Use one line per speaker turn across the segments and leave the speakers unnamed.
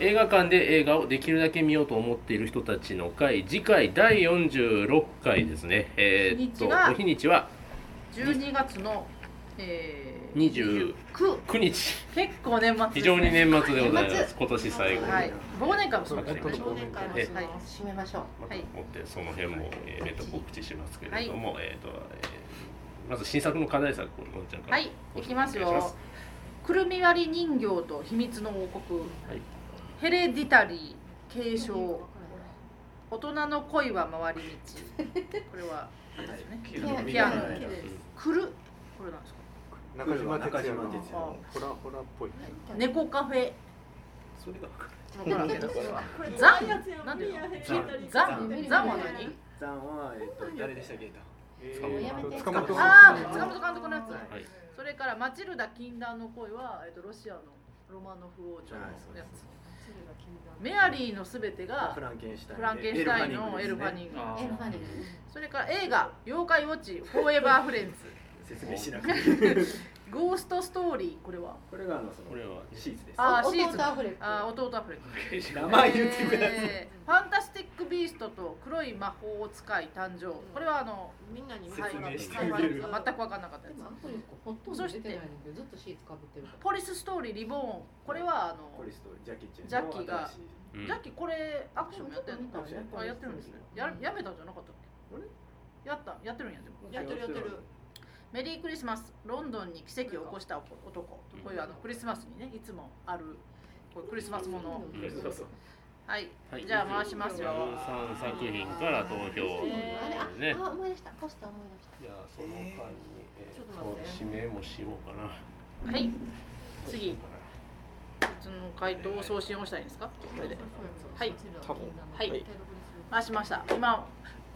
映画館で映画をできるだけ見ようと思っている人たちの会次回第46回ですね、えーっと
日にちが
お日にちは
12月の、えー、
29
29
9日
結構年末です、ね、
非常に年末でございま
年
す今年最後に、
はい忘年会もそうですね
忘年
忘年会もし
はい
ます締めましょう。
また持ってその辺も、えー、別途告知しますけれども、えーっとえーまず新作の課題作をのんちゃんから
はいいきます
お願いし
よくるみ割り人形と秘密の王国、
はい
ヘレディタリー継承大人の恋は回り道これはあれですよね
ピアノ
ピアノ
うん
くるこれなんですか
中島哲也の
中島哲也の
ホラホラっぽい。
猫カフェ
それが分かる
わからんけど
これは
ザンなんていうのザンザンは何
ザンは、えっと、誰でしたっけ
え
そうや
めて
ー塚本監督
ああ塚本監督のやつ
ますはい
それからマチルダ禁断の恋は、えっと、ロシアのロマノフ王女の
はいそうで
やつ
す
メアリーのすべてが
フランケンシュタイン
フランケンシュタインのエルファニング
エルファニング
それから映画「妖怪ウォッチフォーエバーフレンズ
説明しなくていい」
ゴーストストーリーこれは
これがあのその
これは
シーズです
あー
お
シーズン
弟アフレック
あー弟アフレック
名前言ってください、
えーファンタスティック・ビーストと黒い魔法使い誕生これはあの
みんなに
説明して
はい
くれる
全く分かんなかった
で
やつ
もアフレックほとんど出てないんだけどずっとシーツかぶってるから。
ポリスストーリーリボーンこれはあの
コリスとジャッキーちゃんの
ジャッキーが
新しい
うん
ジャッキーこれアクションもやってる
ちょっと見た
の
よ
あやってるんですねややめたんじゃなかったっ
あれ
けやったやってるんやでも
やってるやってる
メリークリスマスロンドンに奇跡を起こした男こういうあのクリスマスにねいつもあるこういうクリスマスもの
うん
そうそう
はい
はい
じゃあ回しますよ
13作品から投票
えー
あれ
ね
ああ思い出したポスター思い出した。
じゃあその間に、えー、
ちょっと待って
そう指名もしようかな。
はい次その回答を送信をしたらいいんですかこれではいはい回しました今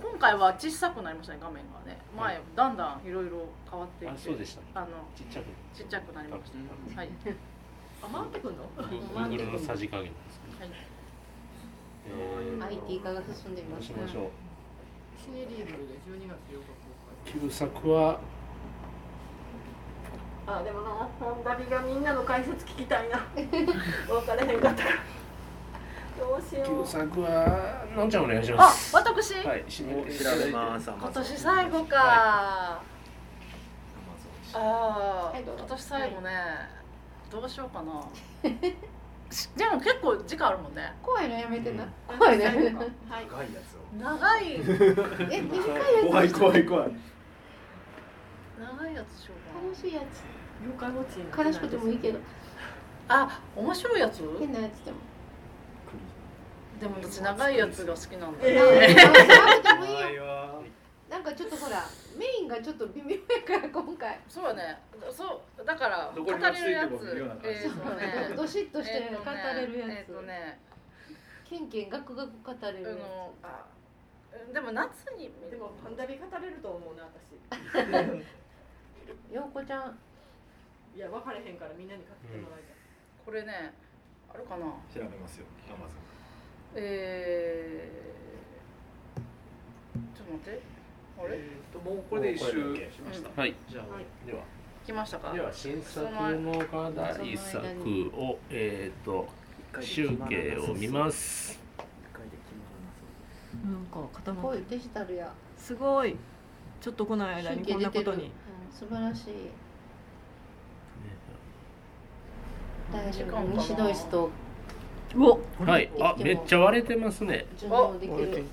今回は小さくなりましたね画面がね前だんだんいろいろ変わってい
あ、そうでしたね。
あの
ちっちゃく。
ちっちゃくなりました
た。
はい
あ回ってくんの
グーグルのさじ加減ですね。
はい
え
IT 化が進んでい
ー、ど
ま
う
す
し。ましょう。
シネリーブルで12月8日公
旧作は
開あでもな本ダビがみんなの解説聞きたい な分からへんかったからどうしよ
旧
う
作はのんちゃんお願いしま
あ
す。
私
はい、指名していただい
調
て
べます
今年最後かああ
はいどうぞ
今年最後ねどうしようかな でも結構時間あるもんね
怖いのやめてな。
あ
怖いのやめ
最
て
後
な
か。はい
長いや つを
長い
え短いやつ。
怖い怖い怖い
長いやつしようか
楽しいやつ。
妖怪ウォッチになてな
悲しくてもいいけど
なあ面白いやつ
変なやつでも。
でも私長いやつが好きなんだ
え
よ
ー
あ
ね
あ調べてもいいよ
怖いわ
なんかちょっとほらメインがちょっと微妙やから今回。
そうだねそうだから
ど
語
こにもつい
れるや
て
つ
こないような感じ
えーそうね
どしっとして
えー
語
とね
れるや
えーと
つ。
ね
ケンケンガクガク語れ
あ
るや
のあでも夏に
でもパンダビ語れると思うな私
つ。ようこちゃん。
いや分かれへんからみんなに語ってもらいたい
これねあるかな
調べますよアマゾン
えー、ちょっと待ってあれ
えーともうこれで一周しました。
はい、
じゃあ、
はい
では
来ましたか
では新作の課題作をえっ、ー、と集計を見ます。
なんか固まっ
こ
て
い
る
デジタルや。
すごいちょっとこの間
神
に
経
こん
出
な
て
こ
る。
と
う
に
ん素晴らしい。大
時
丈
間か
夫。
な
西ドイツと
うお
はい、あ、めっちゃ割れてますね。
順応できる。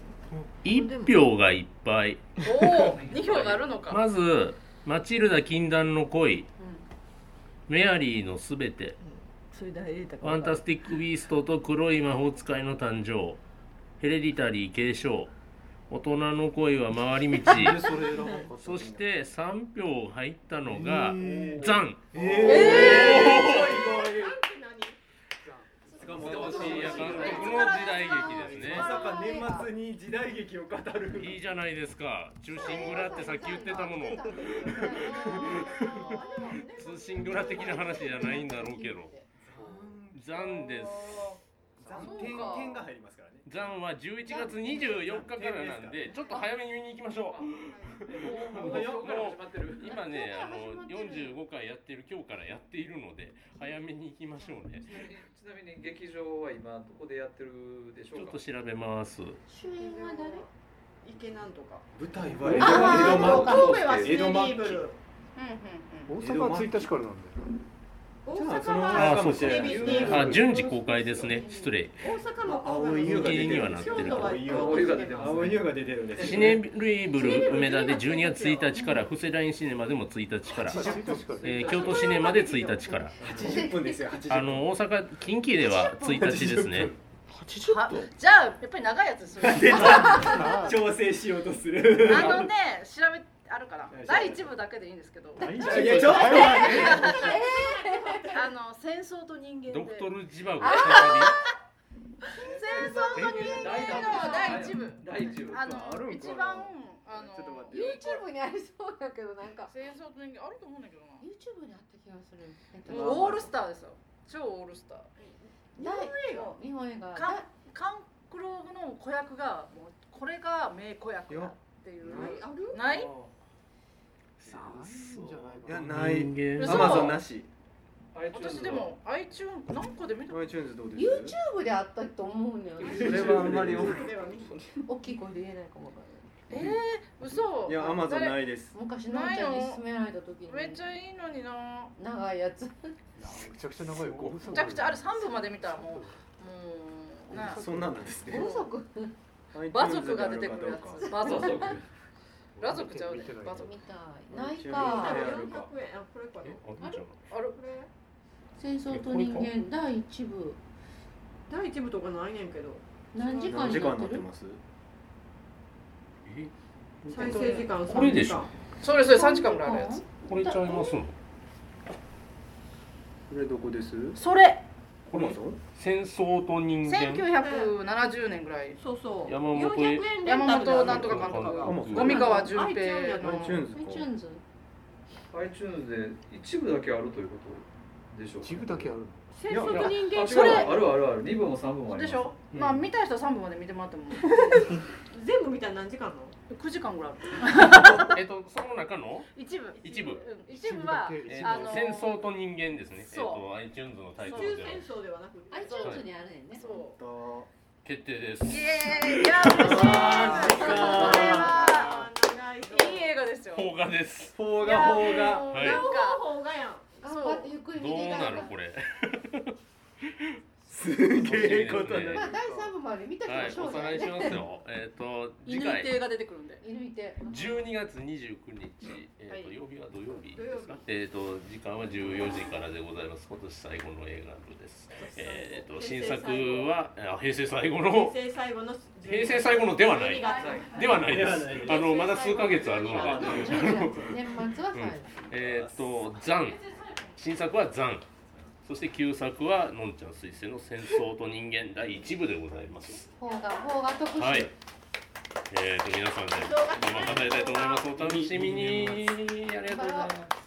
一票がいっぱい。
おお2票があるのか、
まずマチルダ禁断の恋メアリーのすべて
それで入れた
ファンタスティック・ビーストと黒い魔法使いの誕生ヘレディタリー継承大人の恋は回り 道
それの
そして3票入ったのがザン
えー、
塚本
本
慎
慎
也
也
監
監
督
督
の
の
時代劇です
まさか年末に時代劇を語る
ねいいじゃないですか中心蔵ってさっき言ってたもの通信蔵的な話じゃないんだろうけどザンです
残
そうか
点点が入りますからね
ザンは11月24日からなんでちょっと早めに見に行きましょ
もう今から始まって
う
る。
今ねあ
今から
の
始まってる
45回やってる今日からやっているので早めに行きましょうね
ちなみに劇場は今どこでやってるでし
ち
ょ
ょ
う
っ
か。
と調べます
主演は誰
池なんとか
舞台
あ
は
ー神戸はス
江
ネリ
戸
ーブル
江戸末期
うんうんうん
大阪は1日からなん
大
じゃあそ
阪
の
は
前
あ
か
そう
も
そ
し
う
れない
あ順次公開ですね失礼
大阪も
青い
人
優が
気
出て
には
る
なって
京
る
都
と
は
青い湯が出てます
青い優が出てるんです
シネリーブル梅田で12月1日から、布施ラインシネマでも1日から、
だ1日から
えー京都シネマで1日から、
80分ですよ80分
あの大阪、近畿では1日ですね。
はじゃあやっぱり長いやつ する
調整しようとする
あのね調べあるから
はい
第一部だけでいいんですけど
いやちょっと待って
あの戦争と人間で
ドクトルジバゴ
戦争と人間の第一部
第一部。
あの一番あ
ちょっと
の
待って
YouTube にありそうだけどなんか
戦争と人間あると思うんだけどな
YouTube にあった気がする
もうオールスターですよ超オールスター
日本
映画
日本映画
か
だ
勘九郎の子役がもうこれが名子役だっていう
ないあ
ない
い
る
や
な
ないい
人
嘘
間
Amazon なし
私でも iTune なんかで見た
iTunes どうです
YouTube であったと思うんだよね
それはあんまり
大きい声で言えないかもわかんな
えー、嘘
いや Amazon
誰
ないです
い昔のんちゃんに勧められた時に
めっちゃいいのにな
長いやつ
めちゃくちゃ長いよ5分
めちゃくちゃあれ3部まで見たらもうもうな
そんなんなんですね
5足
馬族が出てくるやつ馬族ラ族ちゃうで
見てない
馬族
みたいない
YouTube
か
ある
400円あこれか
あ
な
れ
これ
戦争と人間第一部
第一部とかないねんけど
何時間
何
に
時
な
間
っ
になってて
る
ます
え
再生時間
これでしょ
それそれ3時間ぐらいあるやつ
これちゃいますの
これどこです
それ
これ戦争と人間
1970年ぐらい
そうそう
山本
400円レン
山
タルであ
本
る
なんとか監督が
あもうそう
富川淳平
iTunes
の
iTunes か
iTunes
iTunes で一部だけあるということでしょうか。
一部だけある
戦争と人
あ
間
違う
それ
あるあるある。二部も三部もあり
で
ます。
しょ、
うん
まあ見たい人は3部まで見てもらっても
全部見たら何時間なの
9時間ぐらいある
えっとその中の
一部
一部
うん一部は
え
あ
ー
の
と
ー
戦争と人間ですね。えっ
そう
と iTunes のタイ
宇
ト
宙
ルでは
戦争ではなく
iTunes にあるねんね
そ
決定です。
うイエーイいや嬉しいこれ
マジか
は
長い
いい映画ですよ
邦画です。
邦
いや
画邦画
もう
はい
なんか
方がやん
頑張ってゆっくり
ど
見て
う
い
な
た
る
だ
これ。
すげえことに
ま
な
あ
る
第三部まで見 た
はい、
人も
お
そう
さ
だ
らい
よ
し
ね
ますよ。えっと次
犬
回
亭が出てくるんで
射抜いて
12月29日、えっと
はい
曜日は土曜日
土曜
ですか。えっと時間は14時からでございます。今年最後の映画部です。えっと新作はあ平成最後
平
の
成最後の
平成最後のではない
12月
ではないで。
ではないですす
あのまだ数ヶ月あるので。
の12月年末は最後
えーっと「ザン」新作は「ザン」そして旧作は「のんちゃん彗星の戦争と人間」第1部でございます
邦画邦画特集、
はいえーっと皆さんでご覧いただきたいと思いますお楽しみにありがとうございます